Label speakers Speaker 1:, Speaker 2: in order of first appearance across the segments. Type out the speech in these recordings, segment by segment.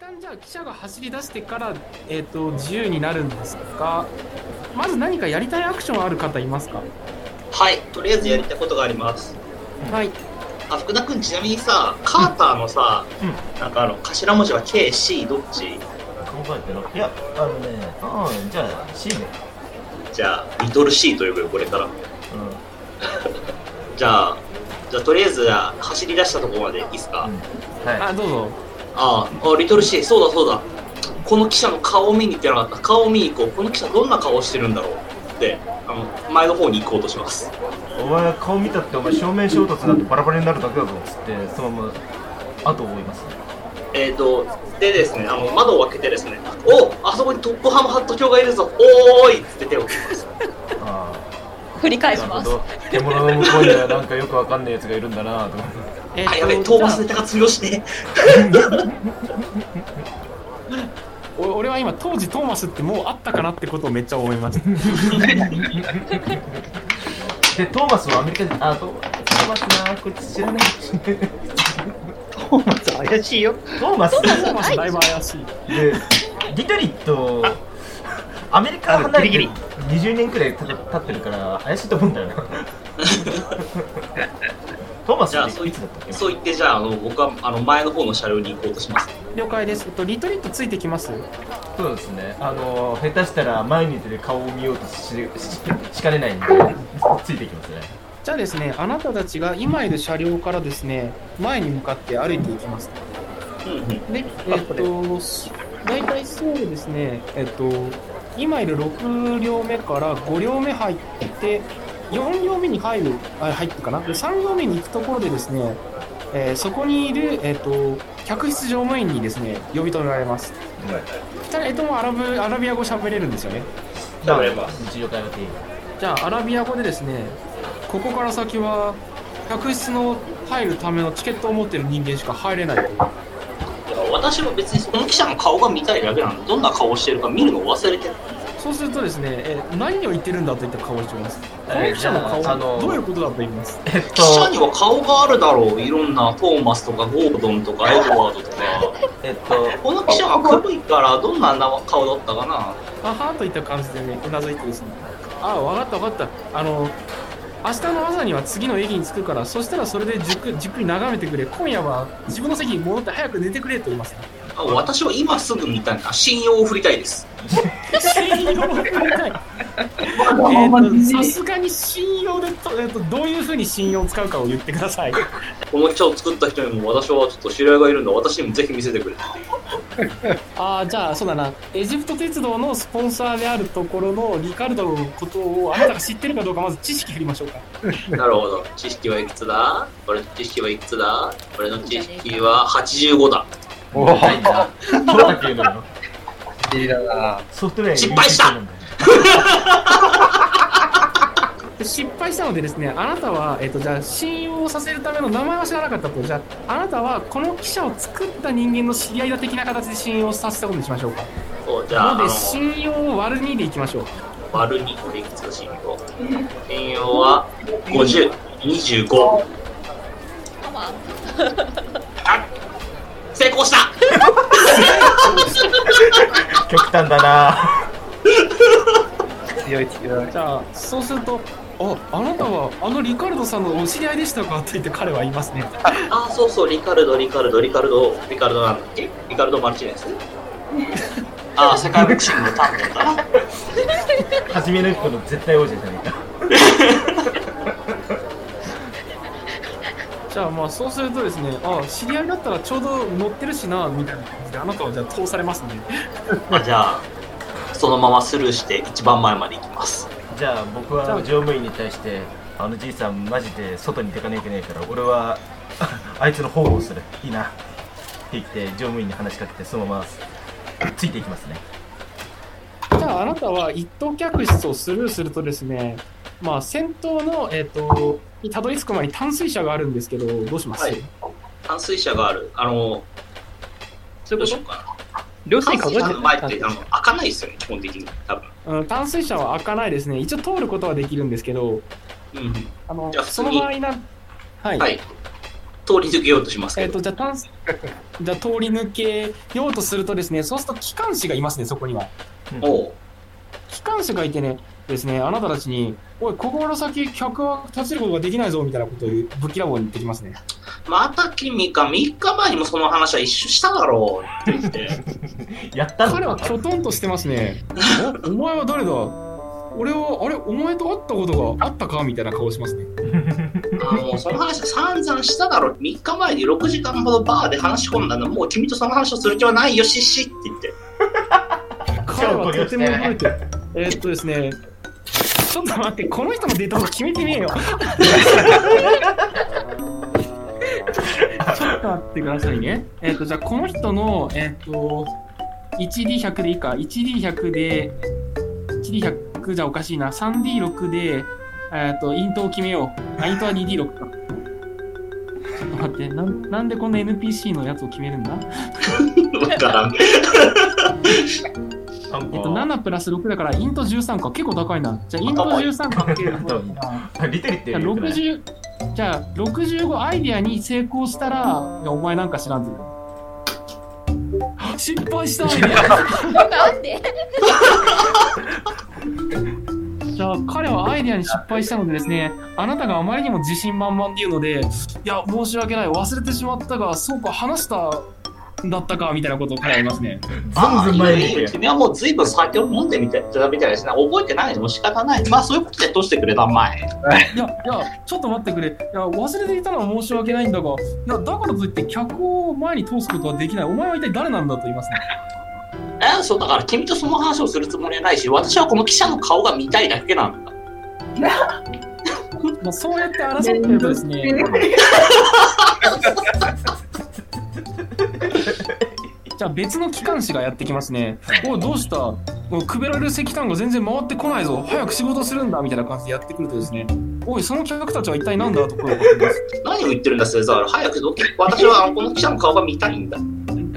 Speaker 1: 旦じゃあ記者が走り出してから、えっと自由になるんですがまず何かやりたいアクションある方いますか
Speaker 2: はい、とりあえずやりたいことがあります。
Speaker 1: はい
Speaker 2: あ、福田君、ちなみにさ、カーターのさ、
Speaker 1: う
Speaker 2: なんかあの、頭文字は K、C、どっち
Speaker 3: 考えてろいやあのねうんじゃあ C ね
Speaker 2: じゃあ、リトル C と呼ぶよ、これから。
Speaker 3: うんうん
Speaker 2: じゃあ、じゃあ、とりあえず、走り出したところまでいいっすか、
Speaker 3: はい
Speaker 1: あどうぞ
Speaker 2: ああ、リトルシー、そうだそうだ。この記者の顔を見に行ってなかった。顔を見に行こう。この記者どんな顔してるんだろうって、あの、前の方に行こうとします。
Speaker 3: お前顔見たってお前正面衝突だってバラバラになるだけだぞっつってそのまま後を追い ます
Speaker 2: えーと、でですね、あの、窓を開けてですね、おあそこにトップハムハット卿がいるぞおーいっつって手を振ります。
Speaker 3: あ
Speaker 4: 振り
Speaker 3: あ
Speaker 4: 返
Speaker 3: な
Speaker 4: し
Speaker 3: る
Speaker 4: ま
Speaker 3: ほ
Speaker 4: す。
Speaker 3: ど獣の向こうにはなんかよくわかんないやつがいるんだなと思って
Speaker 1: え
Speaker 2: あ、やべえ、
Speaker 1: じ
Speaker 2: 討
Speaker 1: ゃ
Speaker 2: 伐ネタが通用しね
Speaker 1: お俺は今当時トーマスってもうあったかなってことをめっちゃ思いま した
Speaker 3: でトーマスはアメリカであトトーマスなこいつ知ら ない
Speaker 5: トーマス怪しいよ。
Speaker 3: トーマス
Speaker 1: トーマスだいぶ怪しい
Speaker 3: でリトリットアメリカ離れて20年くらい経ってるから怪しいと思うんだよ なトーマスっていつだったっけ
Speaker 2: え。 そう言って、じゃあ、あの、僕は、あの、前の方の車両に行こうとします。
Speaker 1: 了解ですえっとリトリートついてきます
Speaker 3: そうですねあの下手したら前に出て顔を見ようとしししかねないんでついてきますね
Speaker 1: じゃあですねあなたたちが今いる車両からですね前に向かって歩いていきます
Speaker 2: うんうん。
Speaker 1: で、えっと、し大体そうですね、えっと、今いる6両目から5両目入って、4両目に入る、あ入ってかな、で3両目に行くところでですね、えーそこにいる、えっと、客室乗務員にですね、呼び止められます。二人ともアラブアラビア語喋れるんですよね。
Speaker 2: 喋れます
Speaker 3: 日常会話経由
Speaker 1: じゃあ、アラビア語でですね、ここから先は、客室の入るためのチケットを持ってる人間しか入れないという
Speaker 2: いや私も別にその記者の顔が見たいだけなのどんな顔をしてるか見るのを忘れてる
Speaker 1: そうするとですね、え何を言ってるんだといった顔をしてます。この
Speaker 3: えー
Speaker 1: 記者の顔
Speaker 3: じゃああの
Speaker 1: どういうことだと言います。
Speaker 3: えっ
Speaker 2: 記者
Speaker 3: と
Speaker 2: には顔があるだろういろんなトーマスとかゴードンと かエドワードとか
Speaker 3: えっと
Speaker 2: この記者が黒いからどんな顔だったか
Speaker 1: あ
Speaker 2: な
Speaker 1: はーといった感じでね、うなずいてですね。あ、わかったわかった。あの、明日の朝には次の駅に着くから、そしたらそれでじっくじっくり眺めてくれ。今夜は自分の席に戻って早く寝てくれと言います。
Speaker 2: あ私は今すぐ見たいな信用を振りたいです
Speaker 1: 信用を取りた い。えっとさすがに信用でと、えっと、どういうふうに信用を使うかを言ってください。
Speaker 2: この記者を作った人にも私はちょっと知り合いがいるんだ私にもぜひ見せてくれ
Speaker 1: ああじゃあそうだなエジプト鉄道のスポンサーであるところのリカルドのことをあなたが知ってるかどうかまず知識振りましょうか
Speaker 2: なるほど知識はいくつだ俺の知識はいくつだ俺の知識は85だ
Speaker 5: おお、
Speaker 3: ないんだどうだっけなの
Speaker 5: いいだな。
Speaker 3: ソフトウェアに
Speaker 2: 失敗した
Speaker 3: 入力て
Speaker 1: で失敗したのでですねあなたは、えっとじゃあ信用させるための名前は知らなかったとじゃああなたはこの記者を作った人間の知り合いだ的な形で信用させたことにしましょうか
Speaker 2: そうじゃあ
Speaker 1: な
Speaker 2: あ
Speaker 1: の
Speaker 2: の
Speaker 1: で信用を割る2でいきましょう
Speaker 2: 割る2これいくつだ信用信用は5025
Speaker 4: ママ
Speaker 2: 成功した
Speaker 3: なんだ極端だな
Speaker 5: 強い強い。
Speaker 1: じゃあそうするとああなたはあのリカルドさんのお知り合いでしたかと言って彼は言いますね
Speaker 2: ああ、そうそう、リカルド、リカルド、リカルド、リカルドなんだっけリカルド・マルチ ネス。ああ、世界ボクシングのタンゴだな。
Speaker 3: 初めの一歩の絶対王者じゃないか
Speaker 1: じゃあまあそうするとですね、あ知り合いだったらちょうど乗ってるしな、みたいな感じで、あなたはじゃあ通されますね。
Speaker 2: まあ、じゃあ、そのままスルーして一番前まで行きます。
Speaker 3: じゃあ僕は乗務員に対してあのじいさんマジで外に出かなきゃいけないから俺は あいつの保護をするいいなって言って乗務員に話しかけてそのままついていきますね
Speaker 1: じゃああなたは一等客室をスルーするとですね、まあ先頭の、えっ、と、にたどり着く前に淡水車があるんですけど、どうします、
Speaker 2: はい淡水車がある。あの、ど
Speaker 5: そういうう
Speaker 2: し
Speaker 5: こ
Speaker 2: ようか
Speaker 5: と両
Speaker 2: な。
Speaker 5: 親
Speaker 2: 淡
Speaker 5: 数
Speaker 2: 水
Speaker 5: えて
Speaker 2: 車の前って、あの、
Speaker 5: た
Speaker 2: 開かないですよね、基本的に。多分。
Speaker 1: うん、淡水車は開かないですね。一応通ることはできるんですけど、
Speaker 2: うんうん。
Speaker 1: あの
Speaker 2: じゃあ、普通
Speaker 1: そ
Speaker 2: に
Speaker 1: の場合な、はい、
Speaker 2: はい。通り抜けようとします
Speaker 1: え
Speaker 2: け
Speaker 1: っ
Speaker 2: ど、
Speaker 1: と、じゃあ、タンス、じゃあ通り抜けようとするとですね、そうすると機関士がいますね、そこには。
Speaker 3: うん
Speaker 2: おう
Speaker 1: 機関士がいてね、ですね、あなたたちに、おい、ここから先、客は立ちることができないぞ、みたいなことを言うぶっきらぼうに言ってきますね。
Speaker 2: また君か、3日前にもその話は一緒しただろうって言って、
Speaker 3: やったの
Speaker 1: 彼はきょとんとしてますね。おお前は誰だ俺は、あれ、お前と会ったことがあったかみたいな顔しますね。
Speaker 2: あもうその話は散々しただろう、3日前に6時間ほどバーで話し込んだんだ、もう君とその話をする気はないよ、しっしって言って、
Speaker 1: 彼はとても覚えてる。えーっとですね、ちょっと待って、この人のデータを決めてねえよ。ちょっと待ってくださいね。えーっと、じゃあこの人の、えーっと、1D100 でいいか、1D100 で、1D100 じゃおかしいな、3D6 で、えーっと、イントを決めよう。あ、イントは 2D6 か。ちょっと待って、なんなんでこんな NPC のやつを決めるんだ
Speaker 2: わからん。
Speaker 3: なんか
Speaker 1: えっと、7プラス6だから、イント13か、結構高いな。じゃあ、イント13かける
Speaker 3: 頭いいリテリっ
Speaker 1: じ
Speaker 3: て
Speaker 1: ゃあ
Speaker 3: 言うくらい
Speaker 1: 60、じゃあ、65アイディアに成功したら、いやお前なんか知らんぞ。失敗したアイディ
Speaker 4: なんで
Speaker 1: アじゃあ、彼はアイディアに失敗したのでですね、あなたがあまりにも自信満々で言うので、いや、申し訳ない、忘れてしまったが、そうか、話したんだったか、みたいなことを彼は言いますね。
Speaker 3: ずんずん前に
Speaker 2: いいよいいよ君はもうずいぶん酒を飲んでみてたみたいですね。覚えてないのも仕方ない。まあそういうことでどうしてくれたまえ。
Speaker 1: いや、いや、ちょっと待ってくれ。いや、忘れていたのは申し訳ないんだが、いや、だからといって客を前に通すことはできない。お前は一体誰なんだと言いますね。
Speaker 2: えそうだから君とその話をするつもりはないし、私はこの記者の顔が見たいだけなんだ。
Speaker 1: まあ、そうやって争ってるとです ね。じゃあ別の機関士がやってきますね。おい、どうしたもうくべられる石炭が全然回ってこないぞ。早く仕事するんだみたいな感じでやってくるとですね。おい、その客たちは一体何だとこう思います。
Speaker 2: 何を言ってるんだ、セザール。早くどけ。私はあのこの記者の顔が見たいんだ。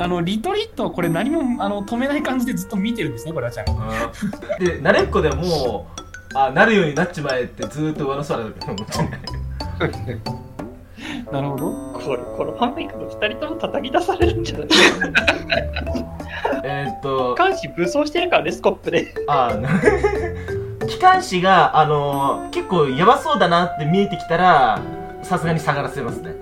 Speaker 1: あの、リトリットはこれ何もあの止めない感じでずっと見てるんですね、これはちゃん。
Speaker 3: うんで慣れっこでもうあなるようになっちまえってずーっと上の空だけど
Speaker 1: なるほど。
Speaker 5: これ、このファンメイクの二人とも叩き出されるんじゃない
Speaker 3: えーっと
Speaker 5: 監視武装してるからね、スコップで。
Speaker 3: あ ー機関士があのー結構やばそうだなって見えてきたらさすがに下がらせますね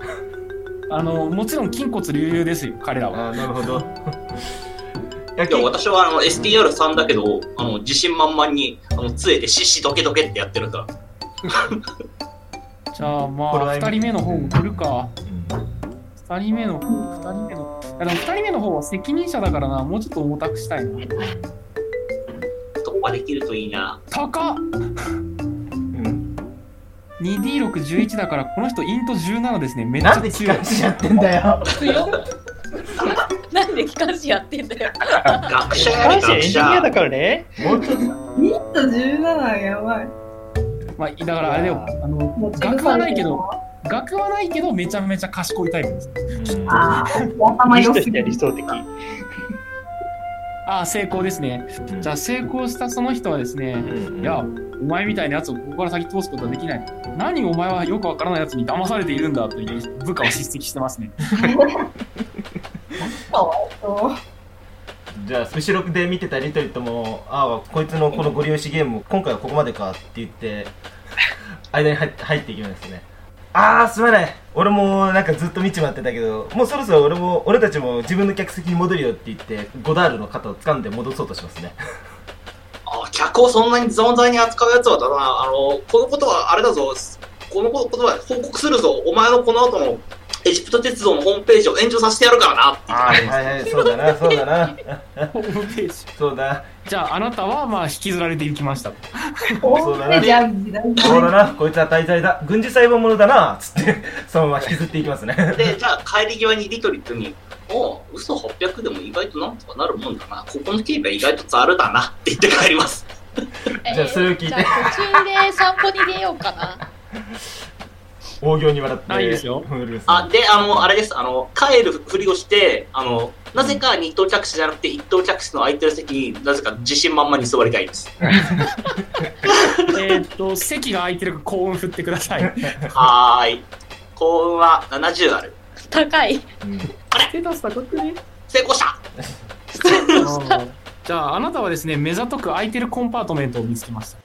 Speaker 1: あの、もちろん筋骨隆々ですよ、彼らは。
Speaker 3: あーなるほどいや
Speaker 2: いや、
Speaker 3: 結構
Speaker 2: 私はあの STR さんだけど、あの自信満々に、あの杖でシッシどけどけってやってるんだ。
Speaker 1: じゃあま
Speaker 3: これ
Speaker 1: あ
Speaker 3: は
Speaker 1: 2人目の方も来るか
Speaker 3: うん
Speaker 1: 2人目の方2人目のいやでも2人目の方は責任者だからなもうちょっと重たくしたいな
Speaker 2: 突破できるといいな。
Speaker 1: 高っ
Speaker 3: うん、
Speaker 1: 2D611 だからこの人イント17ですねめっち
Speaker 3: な
Speaker 1: ゃ
Speaker 3: んで機
Speaker 1: 強い
Speaker 3: 関士やってんだよ
Speaker 4: 強っなんで機関士やってんだよ。
Speaker 2: 学者や
Speaker 5: 監
Speaker 2: り
Speaker 5: 視エン
Speaker 2: 学
Speaker 5: ジニアだ
Speaker 2: 者。
Speaker 5: からね。
Speaker 3: もうちょっと
Speaker 6: ミット17はやばい。
Speaker 1: まあだからあれだよあの
Speaker 6: 持ち
Speaker 1: 学はないけど
Speaker 6: 腐
Speaker 1: 学はないけどめちゃめちゃ賢いタイプです
Speaker 3: うん
Speaker 6: れてるわ。頭
Speaker 5: 理
Speaker 6: 良
Speaker 5: 想
Speaker 6: す
Speaker 5: 的
Speaker 6: ぎ
Speaker 5: は
Speaker 6: る
Speaker 5: 理。想的。
Speaker 1: ああ成功ですねじゃあ成功したその人はですね
Speaker 3: うん
Speaker 1: いやお前みたいなやつをここから先通すことはできない何お前はよくわからないやつに騙されているんだという部下を叱責してますね
Speaker 6: かわいそう。
Speaker 3: じゃあ後ろで見てたリトリットも「ああこいつのこのご利用しゲーム今回はここまでか」って言って間に入って入っていきますねああすまない俺もなんかずっと見ちまってたけどもうそろそろ俺も俺たちも自分の客席に戻るよって言ってゴダールの肩を掴んで戻そうとしますね
Speaker 2: あ客をそんなに存在に扱うやつはだな、あの、このことはあれだぞ、このことは報告するぞ、お前のこの後のエジプト鉄道のホームページを炎上させてやるからなって言って
Speaker 3: はいはいそうだなそうだな
Speaker 1: ホームページ
Speaker 3: そうだ
Speaker 1: じゃああなたはまあ引きずられていきました。
Speaker 6: おおむ ねジャッジだ。
Speaker 3: そうだなこいつは大罪だ軍事裁判者だなつってそのまま引きずっていきますね
Speaker 2: で、じゃあ帰り際にリトリットに、おう、嘘800でも意外となんとかなるもんだな。ここの警備は意外とザルだなって言って帰ります。
Speaker 3: じゃあそれを聞いて
Speaker 4: じゃあ途中で散歩に出ようかな。
Speaker 3: 大行に笑って
Speaker 1: あいいですよ
Speaker 3: うんうるさい
Speaker 2: あ、で、あの、あれです。あの、帰るふりをして、あの、なぜか二等客室じゃなくて一等客室の空いてる席になぜか自信満々に座りたい です。
Speaker 1: えーっと、席が空いてるか幸運振ってください。
Speaker 2: はーい。幸運は70ある。
Speaker 4: 高い。
Speaker 3: うん
Speaker 1: ステータス高くね
Speaker 2: 成功した
Speaker 1: じゃああなたはですね目ざとく空いてるコンパートメントを見つけました